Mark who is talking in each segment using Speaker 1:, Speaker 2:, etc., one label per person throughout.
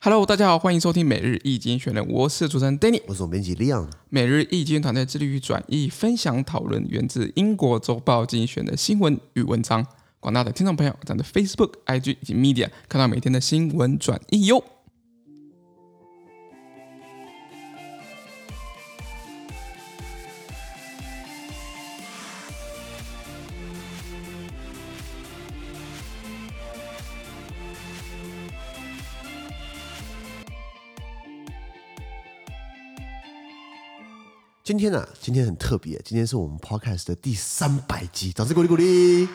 Speaker 1: Hello，大家好，欢迎收听每日易经选人，我是主持人 Danny。
Speaker 2: 我是总编辑 Leon。
Speaker 1: 每日易经团队致力于转译、分享、讨论源自英国周报精选的新闻与文章。广大的听众朋友，咱的 Facebook、IG 以及 Media 看到每天的新闻转译哟。
Speaker 2: 今天呢、啊，今天很特别，今天是我们 Podcast 的第三百集，掌声鼓励鼓励！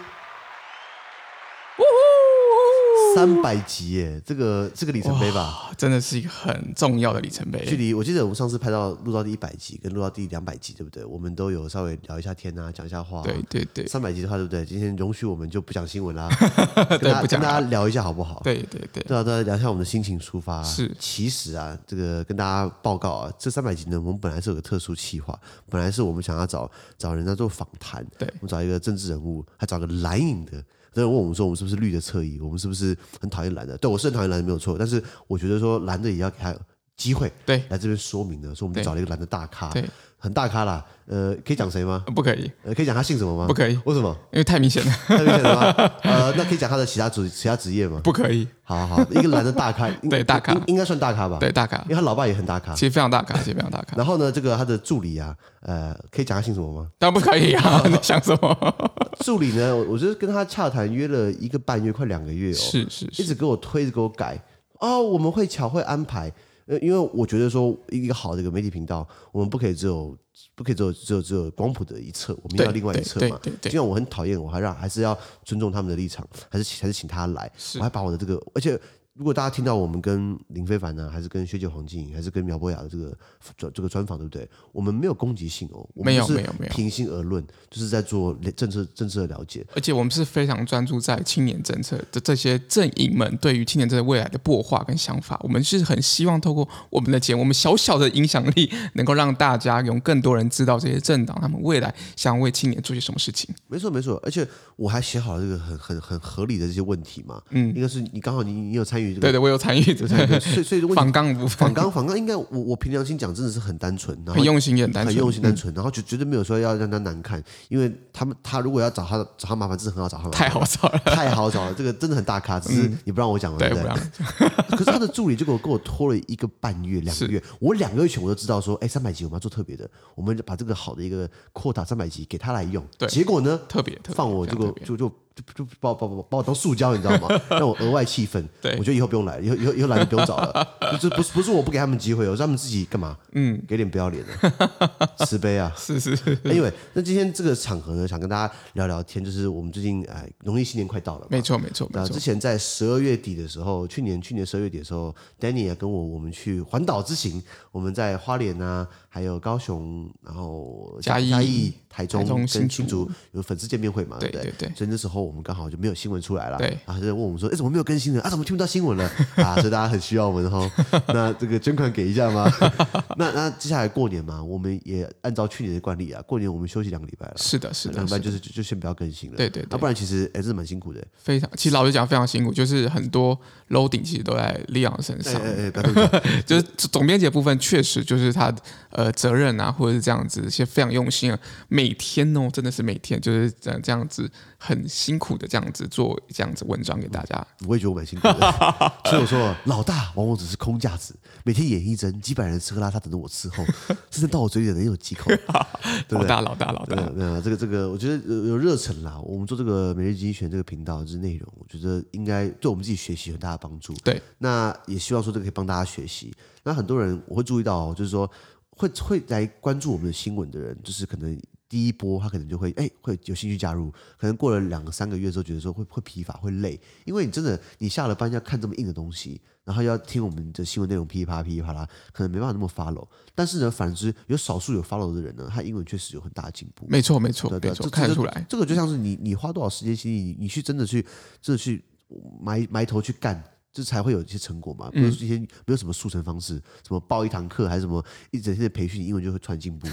Speaker 2: 三百集耶，这个这个里程碑吧，
Speaker 1: 啊，真的是一个很重要的里程
Speaker 2: 距
Speaker 1: 碑。
Speaker 2: 离我记得我们上次拍到录到第一百集跟录到第两百集，对不对？我们都有稍微聊一下天啊，讲一下话、
Speaker 1: 对对对
Speaker 2: 三百集的话，对不对？今天容许我们就不讲新闻啦，
Speaker 1: 对
Speaker 2: 跟大
Speaker 1: 不
Speaker 2: 家
Speaker 1: 讲
Speaker 2: 跟
Speaker 1: 了
Speaker 2: 大家聊一下好不好？
Speaker 1: 对对对，
Speaker 2: 对啊，大家聊一下我们的心情抒发。
Speaker 1: 是
Speaker 2: 其实啊，这个跟大家报告啊，这三百集呢，我们本来是有个特殊企划，本来是我们想要找找人家做访谈，
Speaker 1: 对
Speaker 2: 我们找一个政治人物，还找个蓝营的。有人问我们说，我们是不是绿的侧翼？我们是不是很讨厌蓝的？对我是很讨厌蓝的，没有错。但是我觉得说蓝的也要给他机会
Speaker 1: 对
Speaker 2: 来这边说明的，所以我们
Speaker 1: 对
Speaker 2: 就找了一个蓝的大咖，
Speaker 1: 对，
Speaker 2: 很大咖啦。呃，可以讲谁吗？
Speaker 1: 呃不可以，
Speaker 2: 呃，可以讲他姓什么吗？
Speaker 1: 不可以，
Speaker 2: 为什么？
Speaker 1: 因为太明显了，
Speaker 2: 太明显了吗？呃，那可以讲他的其他职其他职业吗？
Speaker 1: 不可以。
Speaker 2: 好好，好，一个男的大咖， 应
Speaker 1: 对大咖
Speaker 2: 应应该算大咖吧？，
Speaker 1: 对，大咖
Speaker 2: 因，为他老爸也很大咖
Speaker 1: 其。实非常大咖，其实非常大咖，？
Speaker 2: 然后呢，这个他的助理啊，呃，可以讲他姓什么吗
Speaker 1: 当然不可 以啊！你想什么？
Speaker 2: 助理呢，我我就是跟他洽谈约了一个半月，快两个月哦，
Speaker 1: 是是
Speaker 2: 一
Speaker 1: 是，
Speaker 2: 直给我推，一直给我改。哦，我们会巧会安排，呃，因为我觉得说一个好的一个媒体频道，我们不可以只有不可以只有只有只有光谱的一侧，我们
Speaker 1: 对
Speaker 2: 要另外一
Speaker 1: 对
Speaker 2: 侧
Speaker 1: 对
Speaker 2: 嘛。
Speaker 1: 对对
Speaker 2: 就像我很讨厌，我还让还是要尊重他们的立场，还是请还是请他来，我还把我的这个，而且如果大家听到我们跟林非凡呢、啊还是跟学姐黄静莹，还是跟苗博雅的这个这这个专访，对不对？我们没有攻击性哦，我们
Speaker 1: 没有
Speaker 2: 就是
Speaker 1: 没有没有
Speaker 2: 平心而论，就是在做政策政策的了解。
Speaker 1: 而且我们是非常专注在青年政策的这些阵营们对于青年政策未来的擘画跟想法，我们是很希望透过我们的节目，我们小小的影响力，能够让大家有更多人知道这些政党他们未来想为青年做些什么事情。
Speaker 2: 没错没错，而且我还写好了这个很很很合理的这些问题嘛，嗯，应该是你刚好你你有参与这
Speaker 1: 对
Speaker 2: 个，
Speaker 1: 对，我有参与，对对对，
Speaker 2: 所以所以问 题
Speaker 1: 反纲的部分
Speaker 2: 反刚反刚应该我我凭良心讲真的是很单纯，然后
Speaker 1: 很用心也很单
Speaker 2: 很
Speaker 1: 纯，
Speaker 2: 用心单
Speaker 1: 嗯
Speaker 2: 纯，然后绝绝对没有说要让他难看，因为他们他如果要找他找他麻烦，真的很好找他麻烦，
Speaker 1: 太好笑了。
Speaker 2: 太好找了，这个真的很大咖，只是你不让我讲了，
Speaker 1: 对
Speaker 2: 对不
Speaker 1: 不让
Speaker 2: 对？可是他的助理就给我给我拖了一个半月、两 个月，我两个月前我就知道说，哎，三百集我们要做特别的，我们把这个好的一个扩大三百集给他来用，
Speaker 1: 对
Speaker 2: 结果呢？
Speaker 1: 特别特别
Speaker 2: 放我
Speaker 1: 非
Speaker 2: 这
Speaker 1: 常
Speaker 2: 个
Speaker 1: 特别
Speaker 2: 就就就就把我把我把我当塑胶，你知道吗？ 让我额外气愤。
Speaker 1: 对
Speaker 2: 我觉得以后不用来了，以后以后以后来就不用找了。就是不是不是我不给他们机会哦，是他们自己干嘛？嗯，给脸不要脸的， 慈 悲啊！
Speaker 1: 是是是，
Speaker 2: 因为那今天这个场合呢，想跟大家聊聊天，就是我们最近哎，农历新年快到了嘛，
Speaker 1: 没错没错没
Speaker 2: 那
Speaker 1: 错
Speaker 2: 之，前在十二月底的时候，去年去年十二月底的时候，Danny 也跟我我们去环岛之行，我们在花莲啊，还有高雄，然后
Speaker 1: 嘉义
Speaker 2: 嘉义、台中
Speaker 1: 台中
Speaker 2: 跟
Speaker 1: 新
Speaker 2: 新竹有粉丝见面会嘛，
Speaker 1: 对
Speaker 2: 不
Speaker 1: 对对
Speaker 2: 所以那时候我们刚好就没有新闻出来了，
Speaker 1: 对
Speaker 2: 然后他就问我们说，哎，怎么没有更新了？啊，怎么听不到新闻了？ 啊，所以大家很需要我们哦。 那这个捐款给一下吗？ 那那接下来过年嘛，我们也按照去年的惯例啊，过年我们休息两个礼拜了。
Speaker 1: 是的是
Speaker 2: 两
Speaker 1: 的，
Speaker 2: 个
Speaker 1: 是的
Speaker 2: 礼拜就是就就先不要更新了，
Speaker 1: 对对对
Speaker 2: 要不然其实哎，真的蛮辛苦的。
Speaker 1: 非常，其实老实讲非常辛苦，就是很多 loading 其实都在利昂身
Speaker 2: 哎
Speaker 1: 上。
Speaker 2: 哎哎，不要这么讲，
Speaker 1: 就是总编辑的部分，确实就是他呃责任啊，或者是这样子，些非常用心啊，每天哦，真的是每天就是这样这样子很辛苦的这样子做这样子文章给大 家。
Speaker 2: 我也觉得我蛮辛苦的，所以我说老大往往只是空架子，每天演一针，几百人吃喝拉撒等着我伺候，真正到我嘴里的能有几口？
Speaker 1: 老大，老大，老
Speaker 2: 对
Speaker 1: 大，
Speaker 2: 啊，对啊，这个这个，我觉得有有热忱啦。我们做这个每日精选这个频道，这内容，我觉得应该对我们自己学习有很大的帮助。
Speaker 1: 对，
Speaker 2: 那也希望说这个可以帮大家学习。那很多人我会注意到哦、就是说会会来关注我们的新闻的人，就是可能第一波他可能就会哎、会有兴趣加入，可能过了两三个月之后觉得说会会疲乏会累，因为你真的你下了班要看这么硬的东西，然后要听我们的新闻内容噼里啪啦噼里啪啦，可能没办法那么 follow。但是呢，反之有少数有 follow 的人呢，他英文确实有很大的进步。
Speaker 1: 没错，没错，
Speaker 2: 对
Speaker 1: 没
Speaker 2: 对，这
Speaker 1: 错，
Speaker 2: 这
Speaker 1: 看得出
Speaker 2: 就
Speaker 1: 来。嗯
Speaker 2: 这个就像是你你花多少时间心力，你你去真的去真的去埋埋头去干，就才会有一些成果嘛。不
Speaker 1: 嗯
Speaker 2: 是一些没有什么速成方式，什么报一堂课还是什么一整天的培训，你英文就会突 然进步。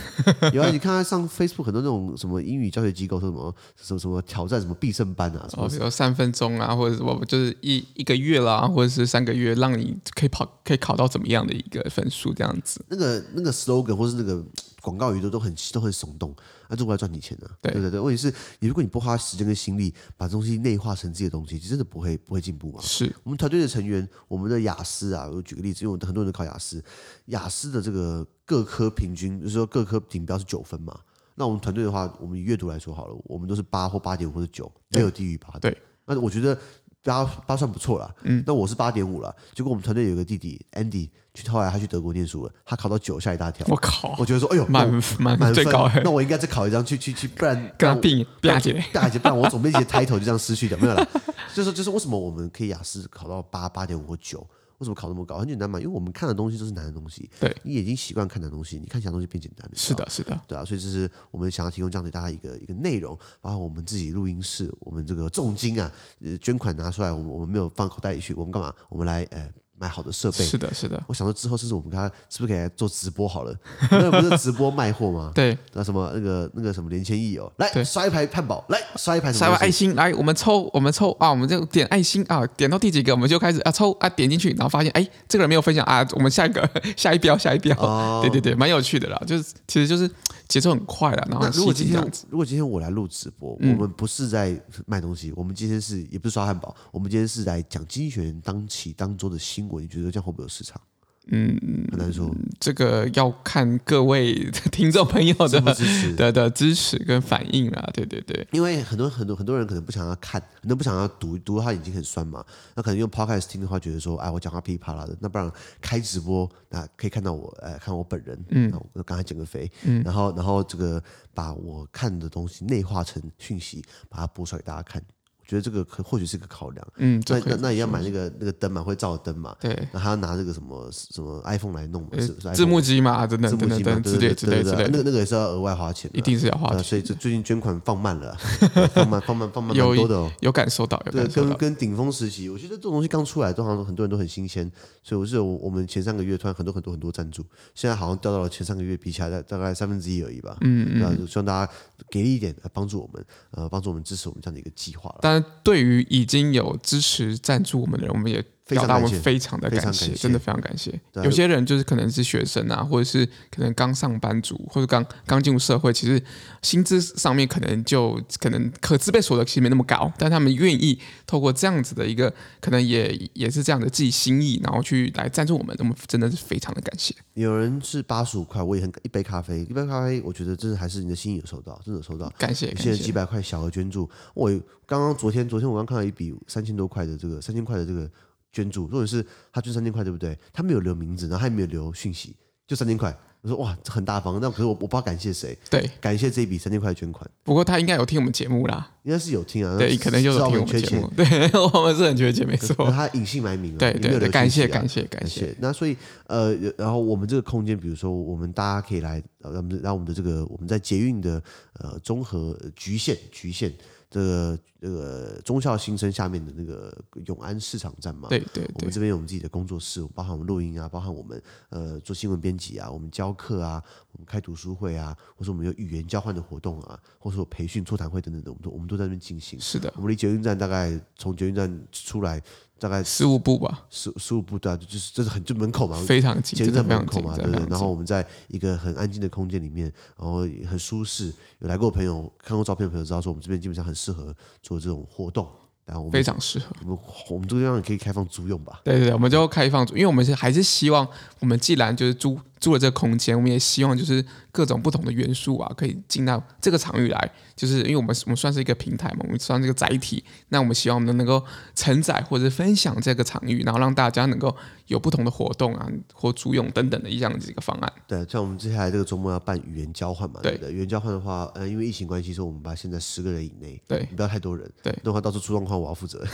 Speaker 2: 有啊，你看他上 Facebook 很多那种什么英语教学机构说什么什么什么挑战什么必胜班啊，什么
Speaker 1: 哦，比如三分钟啊，或者什么，就是一一个月啦，或者是三个月，让你可以跑，可以考到怎么样的一个分数这样子。
Speaker 2: 那个那个 slogan 或是那个广告语都都很都很耸动，那就过来赚你钱的、啊。
Speaker 1: 对
Speaker 2: 对对对，问题是，你如果你不花时间跟心力把东西内化成自己的东西，其实真的不会不会进步嘛。
Speaker 1: 是，
Speaker 2: 我们团队的成员，我们的雅思啊，我举个例子，因为我们很多人都考雅思，雅思的这个各科平均，就是说各科顶标是九分嘛。那我们团队的话，我们以阅读来说好了，我们都是八或八点五或者九，没有低于八的。
Speaker 1: 对，
Speaker 2: 那我觉得八八算不错了。嗯，那我是八点五了。结果我们团队有个弟弟 Andy，去后来他去德国念书了，他考到九，吓一大跳。
Speaker 1: 我靠
Speaker 2: 我，觉得说，哎呦，
Speaker 1: 满
Speaker 2: 那我
Speaker 1: 满
Speaker 2: 满
Speaker 1: 最高欸
Speaker 2: 那我应该再考一张去去去，不然
Speaker 1: 跟他并
Speaker 2: 不然
Speaker 1: 并姐，
Speaker 2: 大姐，不然我总被一些 title 就这样失去掉，没有啦。 就是就是为什么我们可以雅思考到八八点五或九，为什么考那么高？很简单嘛，因为我们看的东西都是难的东西，
Speaker 1: 对
Speaker 2: 你眼睛习惯看难的东西，你看其他东西变简单了。
Speaker 1: 是的，是的，
Speaker 2: 对啊，所以这是我们想要提供这样给大家一个一个内容，包括我们自己录音室，我们这个重金啊，呃，捐款拿出来，我们我们没有放口袋里去，我们干嘛？我们来呃买好的设备。
Speaker 1: 是的，是的，
Speaker 2: 我想说之后，甚至我们看是不是可以来做直播好了？ 那不是直播卖货吗？
Speaker 1: 对。
Speaker 2: 那什么那个那个什么连千亿哦，来
Speaker 1: 对
Speaker 2: 刷一排汉堡，来刷一排什
Speaker 1: 塞
Speaker 2: 么
Speaker 1: 完
Speaker 2: 东西
Speaker 1: 爱心，来，我们抽，我们抽啊，我们就点爱心啊，点到第几个我们就开始啊抽啊，点进去，然后发现哎，这个人没有分享啊，我们下一个 下一标下一标，
Speaker 2: 哦
Speaker 1: 对对对，蛮有趣的啦，就是其实就是节奏很快了，然后很
Speaker 2: 那如
Speaker 1: 吸
Speaker 2: 果今
Speaker 1: 睛这
Speaker 2: 天
Speaker 1: 样子，
Speaker 2: 如果今天我来录直播，我们不是在卖东西，我们今天是也不是刷汉堡，我们今天是来讲经济学人当期当周的新闻，你觉得这样会不会有市场？嗯，很难说，
Speaker 1: 这个要看各位听众朋友
Speaker 2: 支不
Speaker 1: 的
Speaker 2: 支持？
Speaker 1: 的的支持跟反应啦，对对对，
Speaker 2: 因为很多很多很多人可能不想要看，很多人不想要读，读他眼睛很酸嘛。那可能用 podcast 听的话，觉得说，哎，我讲话噼里啪啦的。那不然开直播，那可以看到我，呃，看我本人，嗯，我刚才减个肥，嗯，然后然后这个把我看的东西内化成讯息，把它播出来给大家看。我觉得这个可或许是个考量。
Speaker 1: 嗯，
Speaker 2: 那
Speaker 1: 这可
Speaker 2: 那
Speaker 1: 以
Speaker 2: 那也要买那个那个灯嘛，会照的灯嘛，
Speaker 1: 对，
Speaker 2: 那还要拿这个什么什么 iPhone 来弄嘛，是不是 iPhone？
Speaker 1: 呃字幕机嘛，等
Speaker 2: 字
Speaker 1: 等
Speaker 2: 幕
Speaker 1: 等
Speaker 2: 机
Speaker 1: 等
Speaker 2: 嘛，
Speaker 1: 等之
Speaker 2: 对
Speaker 1: 类
Speaker 2: 对
Speaker 1: 之
Speaker 2: 对
Speaker 1: 类
Speaker 2: 对
Speaker 1: 之
Speaker 2: 对，啊
Speaker 1: 类
Speaker 2: 那
Speaker 1: 的，
Speaker 2: 个那个也是要额外花钱的
Speaker 1: 一。啊定是要花
Speaker 2: 呃，
Speaker 1: 钱，
Speaker 2: 所以这最近捐款放慢 了，对放慢放慢放慢蛮
Speaker 1: 有
Speaker 2: 多的、哦。
Speaker 1: 有感受到，有
Speaker 2: 对，
Speaker 1: 感受
Speaker 2: 跟
Speaker 1: 到，
Speaker 2: 跟顶峰时期，我觉得这种东西刚出来，都好像很多人都很新鲜，所以我记得我我们前三个月突然很多很多很多赞助，现在好像掉到了前三个月比起来大大概三分之一而已吧。嗯嗯，那就希望大家给力一点，呃帮助我们，呃，帮助我们支持我们这样的一个计划了。
Speaker 1: 当然，对于已经有支持赞助我们的人，我们也
Speaker 2: 非常
Speaker 1: 表达我们
Speaker 2: 感谢
Speaker 1: 非常的
Speaker 2: 非常
Speaker 1: 感
Speaker 2: 感谢
Speaker 1: 真的非常感谢。
Speaker 2: 对啊
Speaker 1: 有些人就是可能是学生啊，或者是可能刚上班族，或者刚刚进入社会，其实薪资上面可能就可能可支配所得其实没那么高，但他们愿意透过这样子的一个，可能也也是这样的自己心意，然后去来赞助我们，我们真的是非常的感谢。
Speaker 2: 有人是八十五块，我也很一杯咖啡，一杯咖啡，我觉得真的还是你的心意有收到，真的有收到。
Speaker 1: 感谢，
Speaker 2: 有
Speaker 1: 感
Speaker 2: 些人
Speaker 1: 谢
Speaker 2: 几，百块小额捐助，我刚刚昨天昨天我刚看到一笔三千多块的这个三千块的这个捐助，重点是他捐三千块对不对？他没有留名字，然后他也没有留讯息，就三千块。我说哇，这很大方，但可是我我不知道感谢谁，
Speaker 1: 对。
Speaker 2: 感谢这一笔三千块的捐款，
Speaker 1: 不过他应该有听我们节目啦，
Speaker 2: 应该是有听啊，
Speaker 1: 对，
Speaker 2: 知
Speaker 1: 可能就是
Speaker 2: 知道
Speaker 1: 听
Speaker 2: 我
Speaker 1: 我
Speaker 2: 们
Speaker 1: 们
Speaker 2: 缺
Speaker 1: 节
Speaker 2: 钱
Speaker 1: 目，，对 我们是很缺钱，没
Speaker 2: 可
Speaker 1: 错
Speaker 2: 是。他隐姓埋名啊，
Speaker 1: 对
Speaker 2: 也没
Speaker 1: 对
Speaker 2: 有
Speaker 1: 对，
Speaker 2: 留
Speaker 1: 感
Speaker 2: 讯
Speaker 1: 谢
Speaker 2: 息啊
Speaker 1: 感谢感
Speaker 2: 感
Speaker 1: 谢，
Speaker 2: 谢。那所以呃，有然后我们这个空间，比如说我们大家可以来，呃让我们让我们的这个我们在捷运的呃综合呃局限局限这个这个呃中校新生下面的那个永安市场站嘛，
Speaker 1: 对对
Speaker 2: 我
Speaker 1: 对，
Speaker 2: 们这边有我们自己的工作室，包含我们录音啊，包含我们呃做新闻编辑啊，我们教课啊，我们开读书会啊，或者我们有语言交换的活动啊，或者有培训座谈会等等的，我们都我们都在那边进行。
Speaker 1: 是的，
Speaker 2: 我们离捷运站大概从捷运站出来大概
Speaker 1: 十五步吧，
Speaker 2: 十十五步对啊，就是这是很就门口嘛，
Speaker 1: 非常紧，
Speaker 2: 捷
Speaker 1: 真
Speaker 2: 运
Speaker 1: 的
Speaker 2: 站
Speaker 1: 非常
Speaker 2: 门口
Speaker 1: 紧，
Speaker 2: 嘛，
Speaker 1: 真
Speaker 2: 对
Speaker 1: 的非
Speaker 2: 不对？
Speaker 1: 常紧。
Speaker 2: 然后我们在一个很安静的空间里面，然后也很舒适。有来过的朋友看过照片的朋友知道，说我们这边基本上很适合做这种活动。然后我
Speaker 1: 非
Speaker 2: 们
Speaker 1: 常适合。
Speaker 2: 我们我们这个地方也可以开放租用吧？
Speaker 1: 对对对，我们就开放租，因为我们是还是希望，我们既然就是租租了这个空间，我们也希望就是各种不同的元素啊，可以进到这个场域来。就是因为我们我们算是一个平台嘛，我们算是一个载体，那我们希望我们能够承载或者分享这个场域，然后让大家能够有不同的活动啊，或租用等等的这样子一个方案。
Speaker 2: 对，像我们接下来这个周末要办语言交换嘛，
Speaker 1: 对
Speaker 2: 对不对？语言交换的话，呃，因为疫情关系，所以我们把现在十个人以内，
Speaker 1: 对
Speaker 2: 不要太多人，
Speaker 1: 对
Speaker 2: 不然的话到时候出状况我要 负责。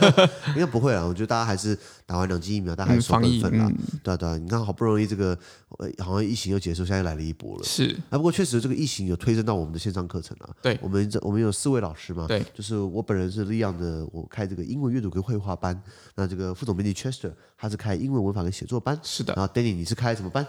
Speaker 2: 应该不会啦，我觉得大家还是打完两剂疫苗，大家还
Speaker 1: 嗯，
Speaker 2: 是守
Speaker 1: 防
Speaker 2: 本
Speaker 1: 疫，
Speaker 2: 分啦。
Speaker 1: 嗯，
Speaker 2: 对啊对啊，你看好不容易这个呃，好像疫情又结束，现在来了一波了。
Speaker 1: 是
Speaker 2: 啊，不过确实这个疫情有推升到我们的线上课程啊。
Speaker 1: 对
Speaker 2: 我们这我们有四位老师嘛。
Speaker 1: 对，
Speaker 2: 就是我本人是利昂的，我开这个英文阅读跟绘画班。那这个副总编辑 Chester 他是开英文文法跟写作班。
Speaker 1: 是的，
Speaker 2: 然后 Danny 你是开什么班？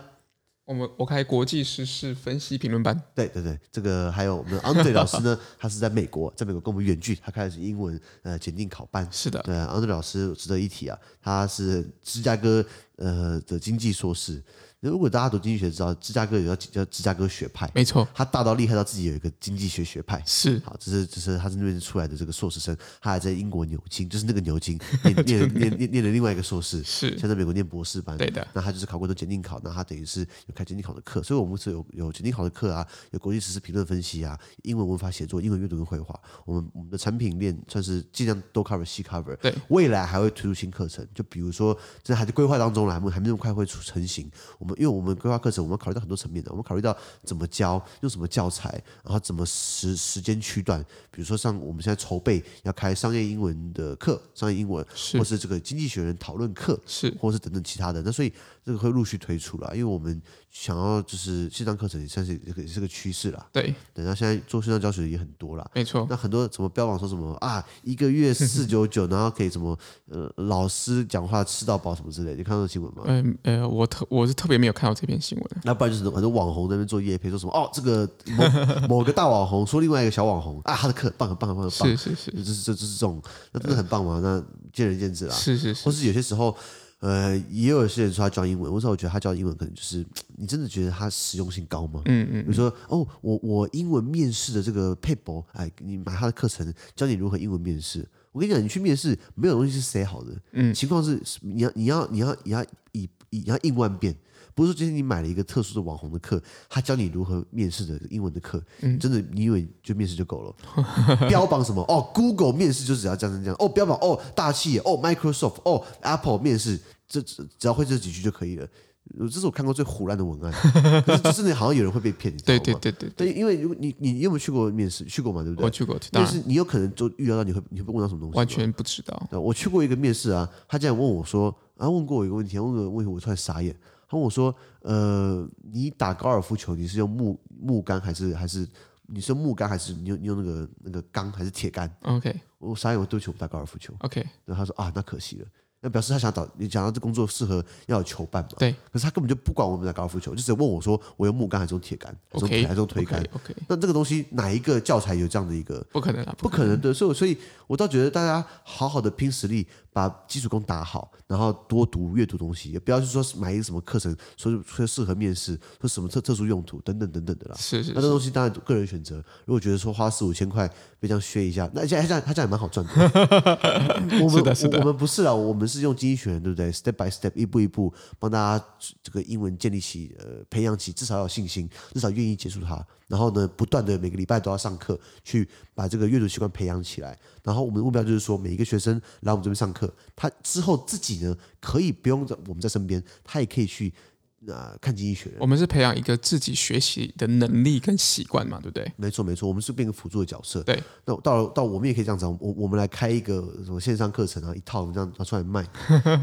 Speaker 1: 我们我开国际时事分析评论班，
Speaker 2: 对对对，这个还有我们的 Andre 老师呢，他是在美国，在美国跟我们远距，他开的是英文呃检定考班。
Speaker 1: 是的，
Speaker 2: 对，Andre 老师值得一提啊，他是芝加哥呃的经济硕士。那如果大家读经济学知道，芝加哥有叫叫芝加哥学派，
Speaker 1: 没错，
Speaker 2: 他大到厉害到自己有一个经济学学派。
Speaker 1: 是
Speaker 2: 好，这是这是他是那边出来的这个硕士生，他还在英国牛津，就是那个牛津念念念念念了另外一个硕士，
Speaker 1: 是
Speaker 2: 现在美国念博士班。
Speaker 1: 对的，
Speaker 2: 那他就是考过的检定考，那他等于是有开检定考的课，所以我们是有有检定考的课啊，有国际时事评论分析啊，英文文法写作、英文阅读跟绘画，我们我们的产品链算是尽量都 cover 细 cover。
Speaker 1: 对，
Speaker 2: 未来还会推出新课程，就比如说这还在规划当中了，还没还没那么快会出成型。我们因为我们规划课程，我们考虑到很多层面的，我们考虑到怎么教，用什么教材，然后怎么时时间区段，比如说像我们现在筹备要开商业英文的课，商业英文，或
Speaker 1: 是
Speaker 2: 是这个经济学人讨论课，
Speaker 1: 是
Speaker 2: 或是等等其他的。那所以这个会陆续推出啦，因为我们想要就是线上课程也算是这个也是个趋势啦。
Speaker 1: 对，
Speaker 2: 对，那现在做线上教学也很多啦。
Speaker 1: 没错，
Speaker 2: 那很多什么标榜说什么啊，一个月四九九，然后给什么呃老师讲话吃到饱什么之类的，你看到新闻吗？
Speaker 1: 嗯呃，我特我是特别没有看到这篇新闻，
Speaker 2: 那不然就是很多网红在那边做业配，说什么哦，这个某某个大网红说另外一个小网红啊，他的课很棒很棒很棒很棒，
Speaker 1: 是是是
Speaker 2: 这是这这是这种，那真的很棒吗？那见仁见智啦。
Speaker 1: 是是
Speaker 2: 或
Speaker 1: 是，
Speaker 2: 是有些时候，呃，也有些人说他教英文，我时候我觉得他教英文可能就是，你真的觉得他实用性高吗？嗯嗯。比如说，哦，我我英文面试的这个 paper，哎，你买他的课程，教你如何英文面试。我跟你讲，你去面试，没有东西是 say 好的，嗯，情况是你要你要你要你要以以你要应万变。不是说今天你买了一个特殊的网红的课，他教你如何面试的英文的课，
Speaker 1: 嗯
Speaker 2: 真的你以为就面试就够了？ 标榜什么？哦，Google 面试就只要这样这样。哦，标榜哦，大企业哦，Microsoft 哦，Apple 面试，这这只要会这几句就可以了。呃这是我看过最胡乱的文 案，可是就真的好像有人会被骗，你知道
Speaker 1: 对
Speaker 2: 吗？
Speaker 1: 对对对，对
Speaker 2: 对因为如果你你你有没有去过面试？去过嘛，对不
Speaker 1: 我
Speaker 2: 对？
Speaker 1: 去过，当
Speaker 2: 但
Speaker 1: 然
Speaker 2: 是你有可能就预料到你会你会被问到什么东西吗，
Speaker 1: 完全不知道，
Speaker 2: 对我去过一个面试啊，他竟然问我说，啊，问过我一个问题，他问我一个问题，我突然傻眼。他问我说，呃，你打高尔夫球，你是用木木杆还是还是你是用木杆还是你用你用那个那个钢还是铁杆？
Speaker 1: OK
Speaker 2: 我傻眼，我对不起，我不打高尔夫球。
Speaker 1: OK，
Speaker 2: 然后他说啊，那可惜了。那表示他想找你讲到这工作适合要有球伴嘛？
Speaker 1: 对。
Speaker 2: 可是他根本就不管我们打高尔夫球，就只问我说我用木杆还是用铁杆，还是用
Speaker 1: OK，
Speaker 2: 腿还是用推杆？
Speaker 1: OK，
Speaker 2: 那这个东西哪一个教材有这样的一个？
Speaker 1: 不可能啊，
Speaker 2: 不可能的，所以我所以，我倒觉得大家好好的拼实力，把基础功打好，然后多读阅读东西，也不要去说买一个什么课程，说是说适合面试，说什么特特殊用途等等等等的啦。
Speaker 1: 是是
Speaker 2: 那这东西当然个人选择，如果觉得说花四五千块被这样削一下，那这样这样他这样也蛮好赚的。 我们
Speaker 1: 是的是的
Speaker 2: 我，我们不是啊，我们是用经济学人，对不对？Step by step，一步一步帮大家这个英文建立起呃，培养起至少要有信心，至少愿意接触它。然后呢，不断的每个礼拜都要上课，去把这个阅读习惯培养起来。然后我们的目标就是说，每一个学生来我们这边上课，他之后自己呢可以不用在我们在身边，他也可以去呃看经济学人。
Speaker 1: 我们是培养一个自己学习的能力跟习惯嘛，对不对？
Speaker 2: 没错，没错，我们是变个辅助的角色。
Speaker 1: 对，
Speaker 2: 那到了到我们也可以这样子啊，我我们来开一个什么线上课程啊，一套我们这样拿出 来卖。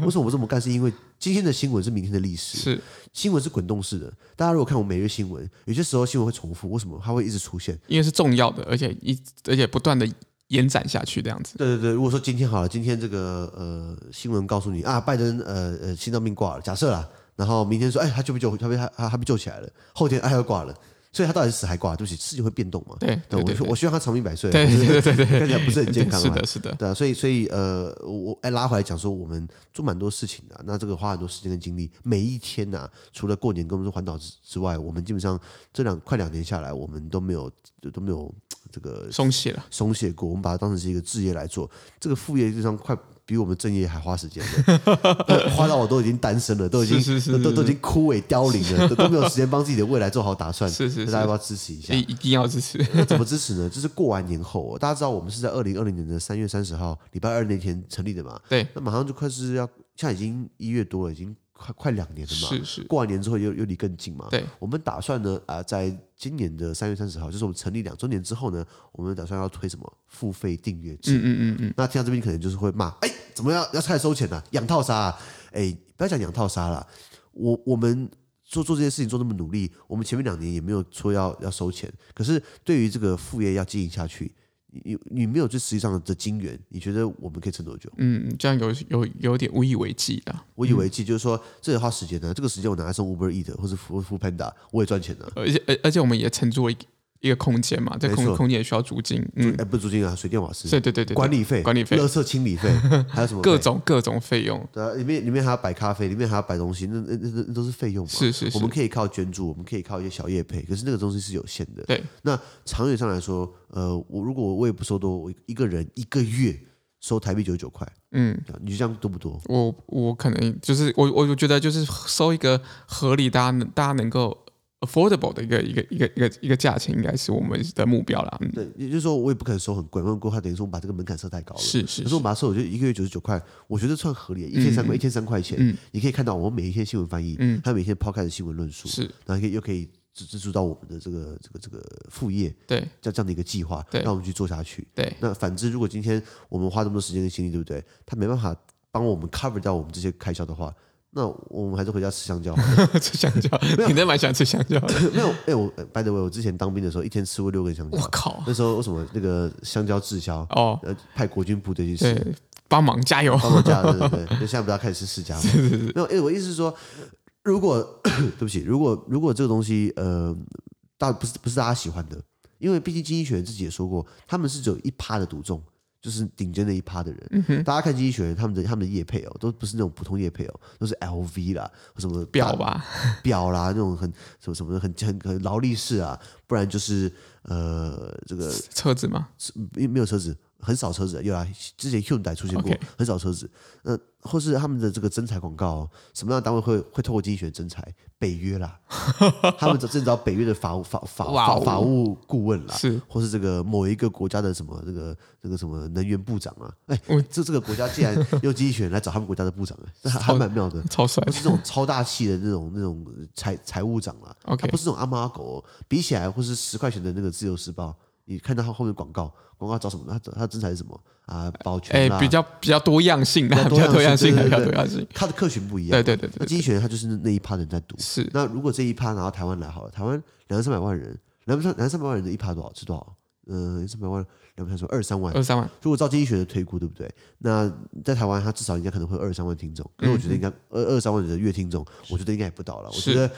Speaker 2: 为什么我们这么干？是因为今天的新闻是明天的历史，
Speaker 1: 是
Speaker 2: 新闻是滚动式的。大家如果看我每日新闻，有些时候新闻会重复，为什么它会一直出现？
Speaker 1: 因为是重要的，而且一而且不断的延展下去这样子。
Speaker 2: 对对对，如果说今天好了，今天这个呃新闻告诉你啊，拜登呃呃心脏病挂了，假设啦，然后明天说哎他救不救他被他他他被救起来了，后天哎又挂了，所以他到底是死还挂？对不起，事情会变动嘛。
Speaker 1: 对
Speaker 2: 对，
Speaker 1: 对
Speaker 2: 我
Speaker 1: 对
Speaker 2: 希
Speaker 1: 对
Speaker 2: 我希望他长命百岁，
Speaker 1: 对
Speaker 2: 可是
Speaker 1: 对对对对
Speaker 2: 看起来不是很健康
Speaker 1: 是
Speaker 2: 嘛。
Speaker 1: 的，是的，
Speaker 2: 对啊，所以所以呃，我哎拉回来讲说，我们做蛮多事情的啊、那这个花很多时间跟精力，每一天呐、除了过年跟我们说环岛之之外，我们基本上这两快两年下来，我们都没有都都没有这个
Speaker 1: 松懈了，
Speaker 2: 松懈过，我们把它当成是一个置业来做，这个副业就像快。比我们正业还花时间了呃花到我都已经单身了，都已经
Speaker 1: 是是是是
Speaker 2: 都都已经枯萎凋零了，都都没有时间帮自己的未来做好打算。
Speaker 1: 是是是
Speaker 2: 大家要不要支持一下
Speaker 1: 所？以一定要支持。
Speaker 2: 那怎么支持呢？就是过完年后、哦，大家知道我们是在二零二零年的三月三十号，礼拜二那天成立的嘛。
Speaker 1: 对，
Speaker 2: 那马上就快是要，现在已经一月多了，已经快快两年了嘛。
Speaker 1: 是是，
Speaker 2: 过完年之后又又离更近嘛。
Speaker 1: 对，
Speaker 2: 我们打算呢啊、在今年的三月三十号，就是我们成立两周年之后呢，我们打算要推什么付费订阅制。
Speaker 1: 嗯嗯嗯嗯，
Speaker 2: 那听到这边可能就是会骂，哎，啊怎么要要开始收钱呢、养套杀、啊？哎，不要讲养套杀啦，我我们做做这些事情做那么努力，我们前面两年也没有说要要收钱，可是对于这个副业要经营下去，你你你没有最实际上的金源，你觉得我们可以撑多久？
Speaker 1: 嗯，这样有有有点无以为继了。
Speaker 2: 我以为记就是说，这也花时间呢、这个时间我拿来送 Uber Eat 或是 Food Food Panda，我也赚钱呢、啊。
Speaker 1: 而且而而且我们也承租了一一个空间嘛，这
Speaker 2: 没
Speaker 1: 空
Speaker 2: 错
Speaker 1: 空间也需要租金，
Speaker 2: 哎、
Speaker 1: 嗯，
Speaker 2: 不是租金啊，水电瓦斯，
Speaker 1: 对对对对，对
Speaker 2: 管理费、
Speaker 1: 管理费
Speaker 2: 垃圾清 理费，还有什么
Speaker 1: 各
Speaker 2: 费？
Speaker 1: 种各种费用，
Speaker 2: 对啊，里面里面还要摆咖啡，里面还要摆东西，那那那那那都是费用嘛。
Speaker 1: 是是
Speaker 2: 我
Speaker 1: 是
Speaker 2: 们，可以靠捐助，我们可以靠一些小业配，可是那个东西是有限的。
Speaker 1: 对，
Speaker 2: 那长远上来说，呃，我如果我也不收多，我一个人一个月收台币九十九块，
Speaker 1: 嗯，
Speaker 2: 对啊你觉得这样多不多？
Speaker 1: 我我可能就是我我我觉得就是收一个合理，大家能大家能够 affordable 的一个一个一个一个一个价钱，应该是我们的目标啦。嗯，
Speaker 2: 对，也就是说我也不可能收很贵，因为过它等于说我们把这个门槛设太高了。
Speaker 1: 是是
Speaker 2: 可是我
Speaker 1: 是，
Speaker 2: 把它收，我觉得一个月九十九块，我觉得算合理，啊一天三块，一天三块钱。
Speaker 1: 嗯
Speaker 2: 你可以看到我们每一天新闻翻译，
Speaker 1: 嗯
Speaker 2: 还有每天抛开的新闻论述，
Speaker 1: 是
Speaker 2: 然后可以又可以支支助到我们的这个这个这个副业，
Speaker 1: 对
Speaker 2: 这这样的一个计划，
Speaker 1: 对
Speaker 2: 让我们去做下去。
Speaker 1: 对
Speaker 2: 那反之，如果今天我们花这么多时间跟精力，对不对？他没办法帮我们 cover 掉我们这些开销的话，那我们还是回家吃香 蕉好了。
Speaker 1: 吃香蕉，你真蛮喜欢吃香蕉的。
Speaker 2: 没有，哎、我呃 by the way，我之前当兵的时候，一天吃过六根香
Speaker 1: 我
Speaker 2: 蕉。
Speaker 1: 靠，
Speaker 2: 那时候为什么那个香蕉滞销？
Speaker 1: 哦，
Speaker 2: 呃，派国军部队去吃。
Speaker 1: 对，帮忙加油。
Speaker 2: 帮忙加，对对对，那现在不是要开始吃世家吗？没有，因为我意思是说，如果 对不起，如果如果这个东西呃，大不是不是大家喜欢的，因为毕竟经济学人自己也说过，他们是只有一趴的独中，就是顶尖的一趴的人。大家看经济学人他们的他们的业配哦，都不是那种普通业配哦，都是 LV 啦，或什么
Speaker 1: 表吧，
Speaker 2: 表啦，那种很什么什么很很很劳力士啊，不然就是呃这个
Speaker 1: 车子吗？
Speaker 2: 没没有车子，很少车子，有啊，之前 Hyundai 出现过
Speaker 1: OK
Speaker 2: 很少车子。呃，或是他们的这个征才广告、哦，什么样的单位会会透过经济学征才？北约 啦，他们找正找北约的法务法法
Speaker 1: 哇
Speaker 2: 法
Speaker 1: 哦
Speaker 2: 法务顾问啦，
Speaker 1: 是
Speaker 2: 或是这个某一个国家的什么这个这个什么能源部长啊，哎
Speaker 1: 我，
Speaker 2: 这这个国家竟然用经济学来找他们国家的部长、哎，这还还蛮妙的。
Speaker 1: 超 帅
Speaker 2: 不是这种超大气的那种那种财财务长啦，他
Speaker 1: OK
Speaker 2: 不是这种阿猫阿狗、哦，比起来或是十块钱的那个自由时报，你看到他后面广告，广告找什么？他他真材是什么啊？保全
Speaker 1: 哎
Speaker 2: 啦，，
Speaker 1: 比较比较多样性啊，
Speaker 2: 比
Speaker 1: 比
Speaker 2: 较
Speaker 1: 较
Speaker 2: 多
Speaker 1: 多
Speaker 2: 样
Speaker 1: 样
Speaker 2: 性
Speaker 1: 性啊，
Speaker 2: 对对
Speaker 1: 比较
Speaker 2: 对
Speaker 1: 多样性。
Speaker 2: 他的客群不一样，
Speaker 1: 对对对
Speaker 2: 那
Speaker 1: 对，
Speaker 2: 经济学人他就是那一趴人在读。
Speaker 1: 是
Speaker 2: 那如果这一趴拿到台湾来好了，台湾两三百万人，两三两三百万人的一趴多少是多少？嗯、三百万，两百说二三万。
Speaker 1: 二三万，
Speaker 2: 如果照经济学的推估，对不对？那在台湾，它至少应该可能会有二三万听众，可是我觉得应该二二三万的月听众，我觉得应该也不到了。我
Speaker 1: 嗯是
Speaker 2: 觉得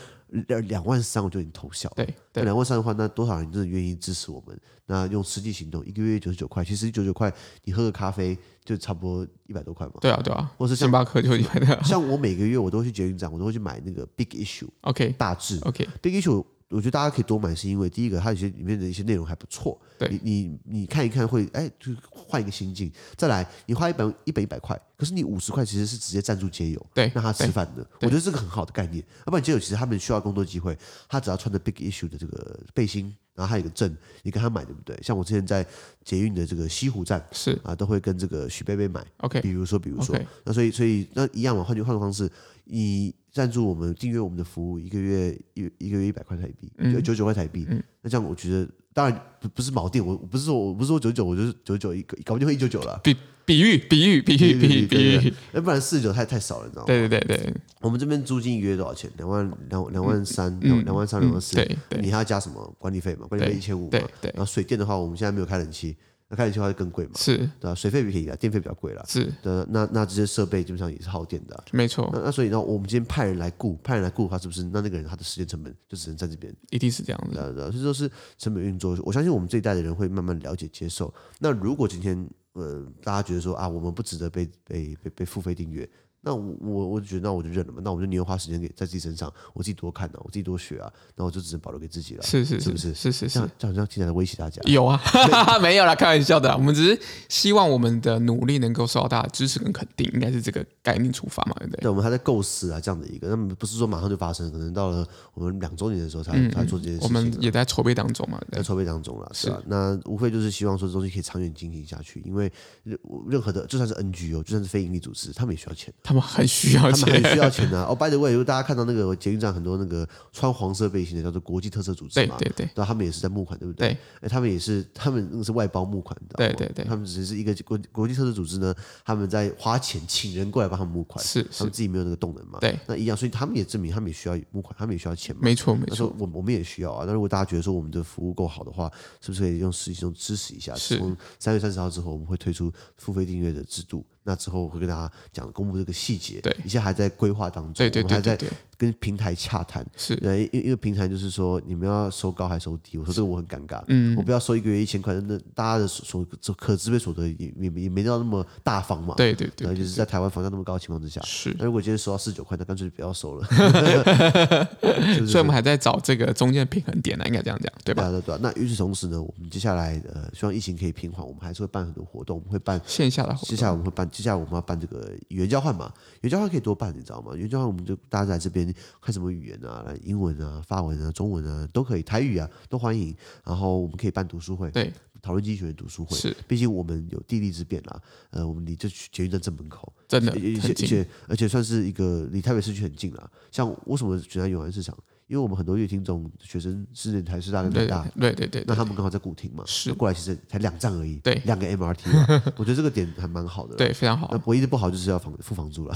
Speaker 2: 两两万三，我就已经投笑了。
Speaker 1: 对
Speaker 2: 那
Speaker 1: 对，
Speaker 2: 两万三的话，那多少人真的愿意支持我们？那用实际行动，一个月九十九块，其实九十九块，你喝个咖啡就差不多一百多块嘛。
Speaker 1: 对啊对啊，
Speaker 2: 或是像
Speaker 1: 星巴克就一百的。
Speaker 2: 像我每个月我都会去捷运站，我都会去买那个 Big Issue
Speaker 1: OK
Speaker 2: 大致
Speaker 1: OK，
Speaker 2: Big Issue，我觉得大家可以多买，是因为第一个它有些里面的一些内容还不错，
Speaker 1: 对
Speaker 2: 你你你看一看会哎，就换一个心境。再来，你花一本一本一百块，可是你五十块其实是直接赞助街友，
Speaker 1: 对
Speaker 2: 让他吃
Speaker 1: 哎对
Speaker 2: 饭的，我觉得这个很好的概念。要不然街友其实他们需要工作机会，他只要穿着 Big Issue 的这个背心，然后还有一个证，你跟他买对不对？像我之前在捷运的这个西湖站
Speaker 1: 是
Speaker 2: 啊，都会跟这个许贝贝买。
Speaker 1: OK
Speaker 2: 比如说，比如说
Speaker 1: 哎 OK
Speaker 2: 那所以所以那一样嘛，换句换个方式，你赞助我们订阅我们的服务，一个月一一个月一百块台币，
Speaker 1: 嗯
Speaker 2: 九九九块台币，那这样我觉得。当然不不是锚定，我我不是说我不是说九九，我就是九九一个，搞不定会一九九 了。
Speaker 1: 比比喻比喻比喻比喻比
Speaker 2: 对对
Speaker 1: 喻
Speaker 2: 对，要不然四十九太太少了，你知道吗？
Speaker 1: 对对对对，
Speaker 2: 我们这边租金一个月多少钱？两万两两万三，两两万三两万
Speaker 1: 嗯
Speaker 2: 四。
Speaker 1: 对对
Speaker 2: 你哦还要加什么管理费嘛？管理费一千五嘛。
Speaker 1: 对对
Speaker 2: 然后水电的话，我们现在没有开冷气，那开冷气的话就更贵嘛，
Speaker 1: 是
Speaker 2: 对吧？水费比便宜啊，电费比较贵啦。
Speaker 1: 是
Speaker 2: 对啊，那那这些设备基本上也是耗电的啊、
Speaker 1: 没错，
Speaker 2: 那那所以呢，我们今天派人来雇，派人来雇的话，是不是那那个人他的时间成本就只能在这边？
Speaker 1: 一定是这样子。
Speaker 2: 呃，对啊所以就是成本运作。我相信我们这一代的人会慢慢了解、接受。那如果今天呃大家觉得说啊，我们不值得被被被被付费订阅，那我我我就觉得那我就认了嘛，那我就宁愿花时间给在自己身上，我自己多看啊，我自己多学啊，那我就只能保留给自己了。
Speaker 1: 是是
Speaker 2: 是不
Speaker 1: 是是是
Speaker 2: 这
Speaker 1: 是
Speaker 2: 样，这样这样听起来在威胁大家。
Speaker 1: 有啊， 没有啦，开玩笑的啊。我们只是希望我们的努力能够受到大家的支持跟肯定，应该是这个概念出发嘛，对不对？
Speaker 2: 对，我们还在构思啊，这样的一个，那么不是说马上就发生，可能到了我们两周年的时候才、才做这件事
Speaker 1: 嗯
Speaker 2: 情啊。
Speaker 1: 我们也在筹备当中嘛，对
Speaker 2: 在筹备当中了，是吧？那无非就是希望说这 哦东西可以长远进行下去，因为任任何的就算是 NGO，就算是非营利组织，他们也需要钱，
Speaker 1: 他们很需要
Speaker 2: 他们
Speaker 1: 钱
Speaker 2: 很，需要钱的、哦、b y the way，如果大家看到那个捷运站很多那个穿黄色背心的，叫做国际特色组织
Speaker 1: 对
Speaker 2: 嘛，
Speaker 1: 对对
Speaker 2: 然后他们也是在募款，对不对？
Speaker 1: 对
Speaker 2: 哎，他们也是，他们那个是外包募款的，
Speaker 1: 对对对
Speaker 2: 他们只是一个国国际特色组织呢，他们在花钱请人过来帮他们募款，
Speaker 1: 是
Speaker 2: 他
Speaker 1: 是
Speaker 2: 们，自己没有那个动能嘛，
Speaker 1: 对，
Speaker 2: 那一样，所以他们也证明他们也需要募款，他们也需要钱嘛。
Speaker 1: 没错没
Speaker 2: 那
Speaker 1: 错，
Speaker 2: 说我我们也需要啊。那如果大家觉得说我们的服务够好的话，是不是可以用实际中支持一下？
Speaker 1: 是
Speaker 2: 从三月三十号之后，我们会推出付费订阅的制度。那之后我会跟大家讲公布这个细节，
Speaker 1: 对
Speaker 2: 一切还在规划当中，
Speaker 1: 对对
Speaker 2: 我们
Speaker 1: 对
Speaker 2: 还
Speaker 1: 对
Speaker 2: 在
Speaker 1: 对，
Speaker 2: 跟平台洽谈。
Speaker 1: 是
Speaker 2: 呃，因因为平台就是说你们要收高还收低，我说这个我很尴尬，
Speaker 1: 嗯
Speaker 2: 我不要收一个月一千块，那大家的所所可支配所得也也也没到那么大方嘛，
Speaker 1: 对对
Speaker 2: 然后
Speaker 1: 对，
Speaker 2: 就是在台湾房价那么高的情况之下，
Speaker 1: 是。
Speaker 2: 那如果今天收到四十九块，那干脆就不要收 了，是不
Speaker 1: 所以我
Speaker 2: 是？
Speaker 1: 们还在找这个中间的平衡点呢，应该这样讲，对
Speaker 2: 对
Speaker 1: 吧？
Speaker 2: 啊，对啊对啊。那与此同时呢，我们接下来呃，希望疫情可以平缓，我们还是会办很多活动，我们会办。
Speaker 1: 线下的活
Speaker 2: 接
Speaker 1: 动
Speaker 2: 下来我们会办，接下来我们要办这个语言交换嘛？语言交换可以多办，你知道吗？语言交换我们就大家在这边看什么语言啊，英文啊、法文啊、中文啊都可以，台语啊都欢迎。然后我们可以办读书会，
Speaker 1: 对，
Speaker 2: 讨论经济学的读书会。
Speaker 1: 是
Speaker 2: 毕竟我们有地利之便啦，呃，我们离这捷运站正门口，
Speaker 1: 真的
Speaker 2: 而且
Speaker 1: 很
Speaker 2: 而
Speaker 1: 近，
Speaker 2: 且而且算是一个离台北市区很近啦。像为什么选在永安市场？因为我们很多乐听众学生是念台师大跟台
Speaker 1: 对
Speaker 2: 大，
Speaker 1: 对对对
Speaker 2: 那
Speaker 1: 对，
Speaker 2: 他们刚好在古亭嘛，
Speaker 1: 是
Speaker 2: 那过来其实才两站而已，
Speaker 1: 对
Speaker 2: 两个 MRT 嘛，我觉得这个点还蛮好的。，
Speaker 1: 对非常好
Speaker 2: 那，唯一的不好就是要房付房租了。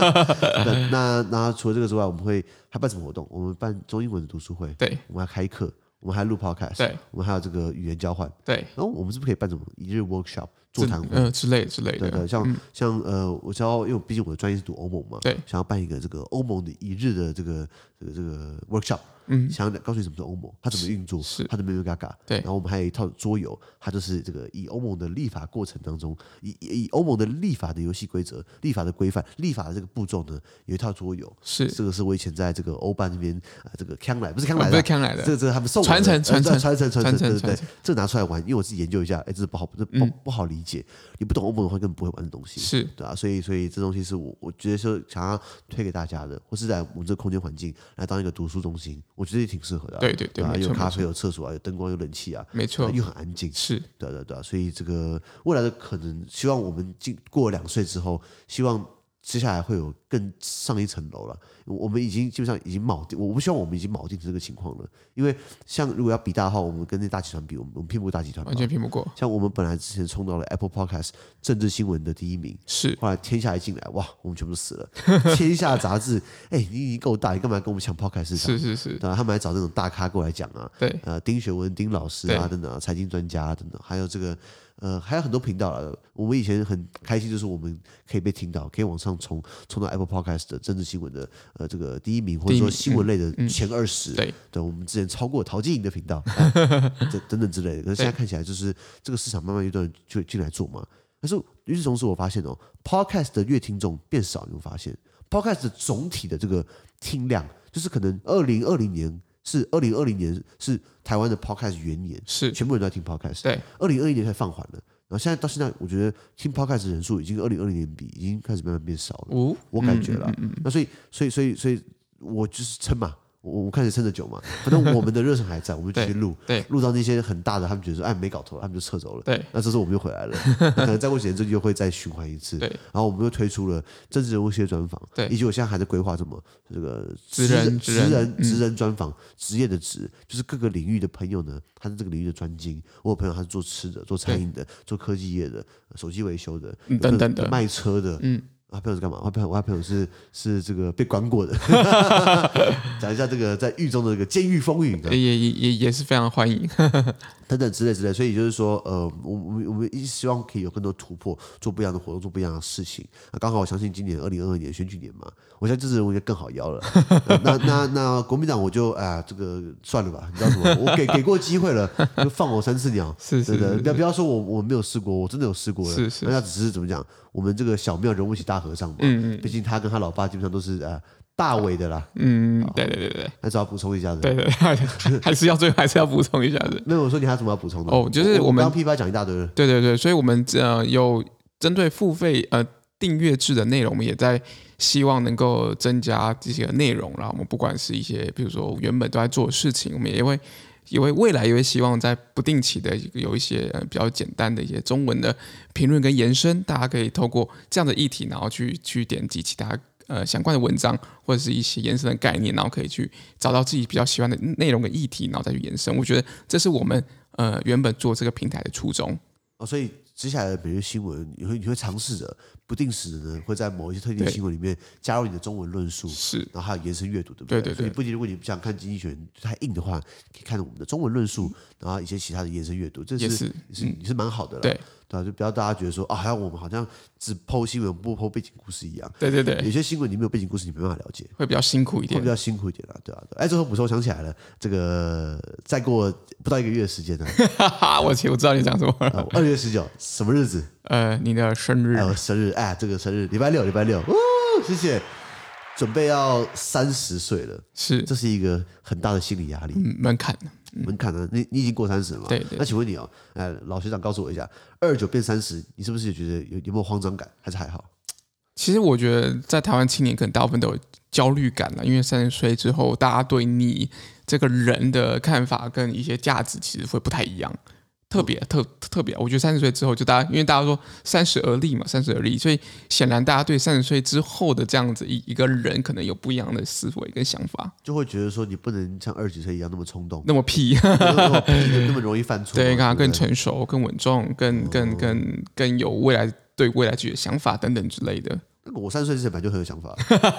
Speaker 2: 那那那除了这个之外，我们会还办什么活动？我们办中英文的读书会，
Speaker 1: 对
Speaker 2: 我们还开课，我们还录 podcast，
Speaker 1: 对
Speaker 2: 我们还有这个语言交换。
Speaker 1: 对，
Speaker 2: 然后我们是不是可以办什么一日 workshop 座
Speaker 1: 之
Speaker 2: 谈会？
Speaker 1: 呃之类之类
Speaker 2: 对
Speaker 1: 的，
Speaker 2: 对，像、像呃，我知道，因为我毕竟我的专业是读欧盟嘛，
Speaker 1: 对
Speaker 2: 想要办一个这个欧盟的一日的这个这个这个 workshop，嗯，想要告诉你什么是欧盟，它怎么运作，
Speaker 1: 是
Speaker 2: 它的 m e gaga，
Speaker 1: 对
Speaker 2: 然后我们还有一套桌游，它就是这个以欧盟的立法过程当中，以以以欧盟的立法的游戏规则、立法的规范、立法的这个步骤呢，有一套桌游，
Speaker 1: 是
Speaker 2: 这个是我以前在这个欧办那边啊、呃这个康来不是康
Speaker 1: 我
Speaker 2: 来
Speaker 1: 不
Speaker 2: 的
Speaker 1: 是
Speaker 2: 啊。
Speaker 1: 看来
Speaker 2: 这
Speaker 1: 的，
Speaker 2: 个这个他们送我
Speaker 1: 传
Speaker 2: 的
Speaker 1: 承
Speaker 2: 呃
Speaker 1: 传承
Speaker 2: 传承传
Speaker 1: 传
Speaker 2: 承
Speaker 1: 承
Speaker 2: 对对
Speaker 1: 传
Speaker 2: 对
Speaker 1: 承，
Speaker 2: 这个拿出来玩，因为我自己研究一下，哎，这不好，这不不好理解，你不懂欧盟的话根本不会玩的东西，
Speaker 1: 嗯是
Speaker 2: 对啊，所以所以这东西是我我觉得说想要推给大家的，或是在我们这个空间环境来当一个读书中心，我觉得也挺适合的啊、
Speaker 1: 对对对
Speaker 2: 啊，
Speaker 1: 没错
Speaker 2: 有
Speaker 1: 没
Speaker 2: 咖
Speaker 1: 错
Speaker 2: 啡，有厕所啊，有灯光，有冷气啊，
Speaker 1: 没错，
Speaker 2: 又很安静，
Speaker 1: 是
Speaker 2: 对啊对啊对啊，所以这个未来的可能，希望我们进过了两岁之后，希望接下来会有更上一层楼了。我们已经基本上已经铆定，我不希望我们已经铆定这个情况了，因为像如果要比大的话，我们跟那大集团比，我们我们拼不过大集团吧
Speaker 1: 完。全拼不过，
Speaker 2: 像我们本来之前冲到了 Apple Podcast 政治新闻的第一名，
Speaker 1: 是
Speaker 2: 后来天下一进来，哇，我们全部都死了。 天下杂志，哎、你已经够大，你干嘛跟我们抢 Podcast 市
Speaker 1: 是
Speaker 2: 场？
Speaker 1: 是是，
Speaker 2: 对啊，他们还找那种大咖过来讲啊，
Speaker 1: 对，
Speaker 2: 呃，丁学文、丁老师啊，
Speaker 1: 对
Speaker 2: 等等、啊，财经专家、啊、等等，还有这个呃，还有很多频道啊。我们以前很开心，就是我们可以被听到，可以往上冲，冲到 Apple Podcast 的政治新闻的呃这个第一名，或
Speaker 1: 第
Speaker 2: 者
Speaker 1: 一名
Speaker 2: 说
Speaker 1: 嗯
Speaker 2: 新闻类的前二十、
Speaker 1: 对，
Speaker 2: 对，我们之前超过陶晶莹的频 道，啊这等等之类的。可是现在看起来，就是这个市场慢慢有点就进来做嘛。可是与此同时，我发现哦，Podcast 的月听众变少，你会发现 Podcast 的总体的这个听量，就是可能二零二零年是二零二零年是台湾的 Podcast 元年，
Speaker 1: 是，
Speaker 2: 全部人都在听 Podcast。
Speaker 1: 对，
Speaker 2: 二零二一年才放缓了，然后现在到现在，我觉得听 Podcast 的人数已经跟二零二零年比，已经开始慢慢变少了。
Speaker 1: 五，
Speaker 2: 我感觉
Speaker 1: 嗯
Speaker 2: 了。那所以，所以，所以，所以我就是撑嘛，我我看谁撑得久嘛。反正我们的热忱还在，我们继续录，
Speaker 1: 对
Speaker 2: 录到那些很大的，他们觉得说，哎，没搞头，他们就撤走了。
Speaker 1: 对，
Speaker 2: 那这次我们又回来了，那可能再过几年这就会再循环一次。
Speaker 1: 对
Speaker 2: 然后我们又推出了政治人物系列专访，
Speaker 1: 对
Speaker 2: 以及我现在还在规划什么这个
Speaker 1: 职人
Speaker 2: 职
Speaker 1: 职
Speaker 2: 人
Speaker 1: 人嗯
Speaker 2: 职人职人专访，职业的职就是各个领域的朋友呢，他是这个领域的专精。我有朋友他是做吃的、做餐饮的、做科技业的、手机维修的
Speaker 1: 嗯等等的
Speaker 2: 有卖车的，嗯。他朋友是干嘛？我朋友，我朋友是是这个被关 过的，讲一下这个在狱中的这个监狱风云，你知道吗啊
Speaker 1: 也也也也是非常欢迎，
Speaker 2: 等等之类之类，所以就是说，呃，我我们我们一直希望可以有更多突破，做不一样的活动，做不一样的事情。啊、刚好我相信今年二零二二年选举年嘛，我相信这次我觉得更好邀了。 呃那那那国民党我就啊、这个算了吧，你知道 什么？我给给过机会了，就放我三次鸟。
Speaker 1: 是是
Speaker 2: 对的，
Speaker 1: 是
Speaker 2: 不要不要说我我没有试过，我真的有试过了。
Speaker 1: 是是
Speaker 2: 那他只是怎么讲？我们这个小庙容不起大和尚嘛。毕竟他跟他老爸基本上都是啊、大伟的啦。
Speaker 1: 嗯，对对对对
Speaker 2: 那只要补充一下子。
Speaker 1: 对对对，还是要最后还是要补充一下的，
Speaker 2: 没有，我说你还有什么要补充的？
Speaker 1: 哦就是
Speaker 2: 我
Speaker 1: 我们
Speaker 2: 刚噼啪讲一大堆了。
Speaker 1: 对对对，所以我们呃有针对付费呃订阅制的内容，我们也在希望能够增加这些内容啦。然后我们不管是一些比如说原本都在做的事情，我们也会也会未来也会希望在不定期的有一些呃比较简单的一些中文的评论跟延伸，大家可以透过这样的议题，然后去去点击其他呃相关的文章或者是一些延伸的概念，然后可以去找到自己比较喜欢的内容跟议题，然后再去延伸。我觉得这是我们呃原本做这个平台的初衷。
Speaker 2: 哦，所以接下来的每日新闻，你会你会尝试着不定时的呢，会在某一些特定
Speaker 1: 对
Speaker 2: 新闻里面加入你的中文论述，
Speaker 1: 是
Speaker 2: 然后还有延伸阅读，对不
Speaker 1: 对对对
Speaker 2: 所以不仅如果你不想看经济学太硬的话，可以看我们的中文论述，然后一些其他的延伸阅读，这
Speaker 1: 也
Speaker 2: 是
Speaker 1: 是嗯
Speaker 2: 也是也是蛮好的啦。
Speaker 1: 对
Speaker 2: 对啊，就不要大家觉得说啊，好像我们好像只剖新闻不剖背景故事一样。
Speaker 1: 对对
Speaker 2: 有
Speaker 1: 对，
Speaker 2: 些新闻你没有背景故事，你没办法了解，
Speaker 1: 会比较辛苦一
Speaker 2: 会
Speaker 1: 点
Speaker 2: 比。较辛苦一点啦，对啊。对啊哎，最后补充想起来了，这个再过不到一个月的 时间呢，
Speaker 1: 哈哈，我其实我知道你讲什么 了。
Speaker 2: 啊二月十九什么日子？
Speaker 1: 呃，你的生日
Speaker 2: 还有生日，哎，这个生日礼拜六，礼拜六，哦，谢谢，准备要三十岁了，
Speaker 1: 是
Speaker 2: 这是一个很大的心理压力、
Speaker 1: 嗯门槛，
Speaker 2: 门槛呢。你你已经过三十了嘛？
Speaker 1: 对对
Speaker 2: 那请问你哦，哎，老学长告诉我一下，二十九变三十，你是不是也觉得有有没有慌张感？还是还好？
Speaker 1: 其实我觉得在台湾青年可能大部分都有焦虑感了，因为三十岁之后，大家对你这个人的看法跟一些价值其实会不太一样。特
Speaker 2: 嗯
Speaker 1: 别特特别，我觉得三十岁之后就大家，因为大家说三十而立嘛，三十而立，所以显然大家对三十岁之后的这样子一一个人，可能有不一样的思维跟想法。
Speaker 2: 就会觉得说你不能像二十几岁一样那么冲动，
Speaker 1: 那么屁，
Speaker 2: 那么那么容易犯错嘛，
Speaker 1: 对，让他
Speaker 2: 不哦
Speaker 1: 更成熟、更稳重、更更更更有未来对未来自己的想法等等之类的，
Speaker 2: 那个我三十岁之前本来就很有想法，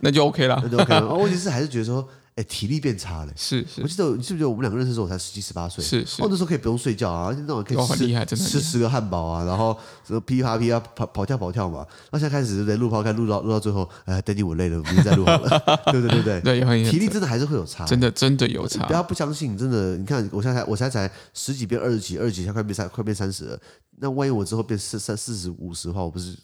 Speaker 1: 那就 OK 了
Speaker 2: 那。就 OK 了。哦问题是还是觉得说，哎，体力变差了。
Speaker 1: 是是
Speaker 2: 我记得你记不记得我们两个认识的时候，我才十七十八岁，
Speaker 1: 是是
Speaker 2: 哦，那时候可以不用睡觉啊，那种可以
Speaker 1: 哦很
Speaker 2: 吃
Speaker 1: 厉害真的很
Speaker 2: 吃
Speaker 1: 厉害
Speaker 2: 十个汉堡啊，然后 什么噼啪噼啪跑跑跳跑跳嘛。那现在开始对不对？录抛开录到录到最后，哎等你我累了，明天再录好 了，对不对？对不对？
Speaker 1: 对，也很
Speaker 2: 体力真啊的还是会有差，
Speaker 1: 真的真的有差
Speaker 2: 不。要不相信，真的，你看我现在才我现在才十几变二十几，二十几现在快变三快变三十了，那万一我之后变四三四十五十的话，我不是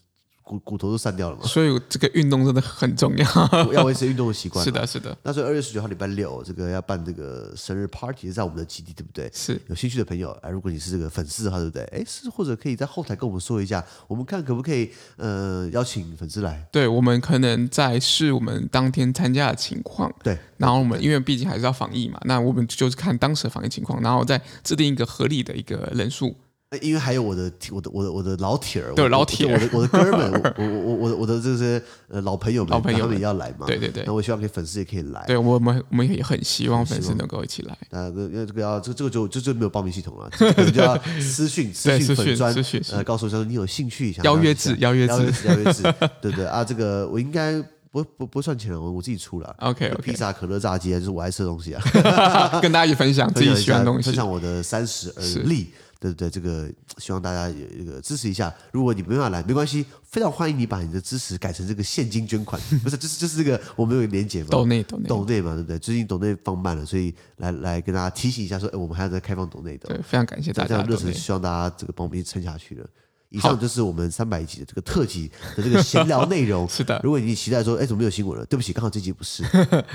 Speaker 2: 骨骨头都散掉了吗？
Speaker 1: 所以这个运动真的很重要。
Speaker 2: 我要维持运动的习惯。
Speaker 1: 是。的，是的，
Speaker 2: 那所以二月十九号礼拜六，这个要办这个生日 party 在我们的基地，对不对？
Speaker 1: 是
Speaker 2: 有兴趣的朋友，哎，如果你是这个粉丝的话，对不对？哎，是或者可以在后台跟我们说一下，我们看可不可以呃邀请粉丝来。
Speaker 1: 对。我们可能在试我们当天参加的情况，
Speaker 2: 对，
Speaker 1: 然后我们因为毕竟还是要防疫嘛，那我们就是看当时的防疫情况，然后再制定一个合理的一个人数。
Speaker 2: 呃因为还有我的我的我的我的老铁儿，
Speaker 1: 对
Speaker 2: 我
Speaker 1: 老铁儿
Speaker 2: 我的我的哥们儿，我我我我我的这些呃老朋友们，
Speaker 1: 老朋友
Speaker 2: 他们
Speaker 1: 们
Speaker 2: 也要来嘛。
Speaker 1: 对对对
Speaker 2: 那我希望给粉丝也可以来。
Speaker 1: 对我们，我们也很希望粉丝能够一起来。
Speaker 2: 啊，那那这个要这这个就这就没有报名系统了，这个就要私讯私
Speaker 1: 对
Speaker 2: 讯
Speaker 1: 私
Speaker 2: 粉
Speaker 1: 讯
Speaker 2: 专
Speaker 1: 私讯，
Speaker 2: 呃，告诉我说你有兴趣想
Speaker 1: 邀约
Speaker 2: 制
Speaker 1: 制邀约制
Speaker 2: 邀约制邀约制，对不对啊？这个我应该不不不算钱了，我我自己出了。
Speaker 1: OK
Speaker 2: 披
Speaker 1: OK，
Speaker 2: 萨、可乐、炸鸡，就是我爱吃的东西啊，
Speaker 1: 跟大家一起分享 自
Speaker 2: 分享
Speaker 1: 己
Speaker 2: 一
Speaker 1: 喜欢
Speaker 2: 下
Speaker 1: 的东
Speaker 2: 分
Speaker 1: 西。
Speaker 2: 享我的三十而立，对不对？这个希望大家有一个支持一下。如果你没办法来，没关系，非常欢迎你把你的支持改成这个现金捐款， 不是，就是就是这个我们有连结嘛，
Speaker 1: 抖内抖内，
Speaker 2: 抖内嘛，对不对？最近抖内放慢了，所以来来跟大家提醒一下，说，哎，我们还在开放抖内的，
Speaker 1: 对，非常感谢大
Speaker 2: 这
Speaker 1: 家
Speaker 2: 样
Speaker 1: 的
Speaker 2: 热
Speaker 1: 抖内
Speaker 2: 忱，。希望大家这个帮我们一起撑下去了。以上就是我们三百集的这个特辑的这个闲聊内 容。
Speaker 1: 是的
Speaker 2: 如果你期待说，哎，怎么没有新闻了？对不起，刚好这集不是。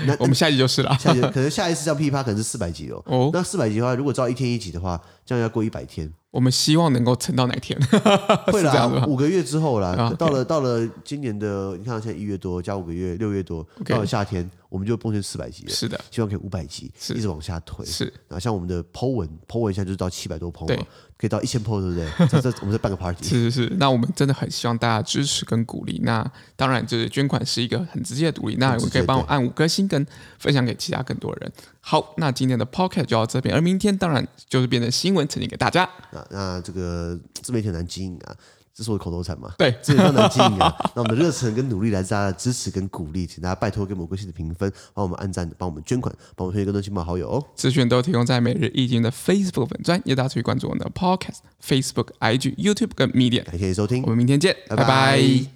Speaker 2: 那
Speaker 1: 我们下一集就是了。
Speaker 2: 下一集可能下一次这样噼啪可能是四百集哦。
Speaker 1: 哦
Speaker 2: 那四百集的话，如果照一天一集的话，这样要过一 百天，
Speaker 1: 我们希望能够撑到哪 天？
Speaker 2: 会
Speaker 1: 啊是这样子
Speaker 2: 啦，
Speaker 1: 吗
Speaker 2: 五个月之后啦，
Speaker 1: 啊，OK
Speaker 2: 到了到了今年的，你看现在一月多加五个月，六月多，
Speaker 1: OK
Speaker 2: 到了夏天我们就蹦成四百集了，
Speaker 1: 是的，
Speaker 2: 希望可以五百集，
Speaker 1: 是
Speaker 2: 一直往下推。
Speaker 1: 是
Speaker 2: 然后像我们的 Po 文，Po 文现在就是到七百多 Po 嘛
Speaker 1: 对，
Speaker 2: 可以到一千 Po，对不 对？这这我们再办个 party。
Speaker 1: 是是是，那我们真的很希望大家支持跟鼓励。那当然，就是捐款是一个很直接的鼓励。那
Speaker 2: 很直
Speaker 1: 我
Speaker 2: 接
Speaker 1: 可以帮我按五颗星跟分享给其他更多人。好，那今天的 Pocket 就到这边，而明天当然就是变成新闻呈现给大家。
Speaker 2: 那啊那这个自媒体很难经营啊，这是我的口头禅嘛？
Speaker 1: 对
Speaker 2: 自媒体很难经营啊。 那我们的热忱跟努力来自大家的支持跟鼓励，请大家拜托给某个新的评分，帮我们按赞，帮我们捐款，帮我们推荐更多亲朋好友哦。
Speaker 1: 资讯都提供在每日易经的 Facebook 粉专，也大家注意关注我们的 Podcast、Facebook、IG、YouTube 跟 Media。
Speaker 2: 感谢你收听
Speaker 1: 我，们明天见，拜
Speaker 2: 拜
Speaker 1: 拜
Speaker 2: 拜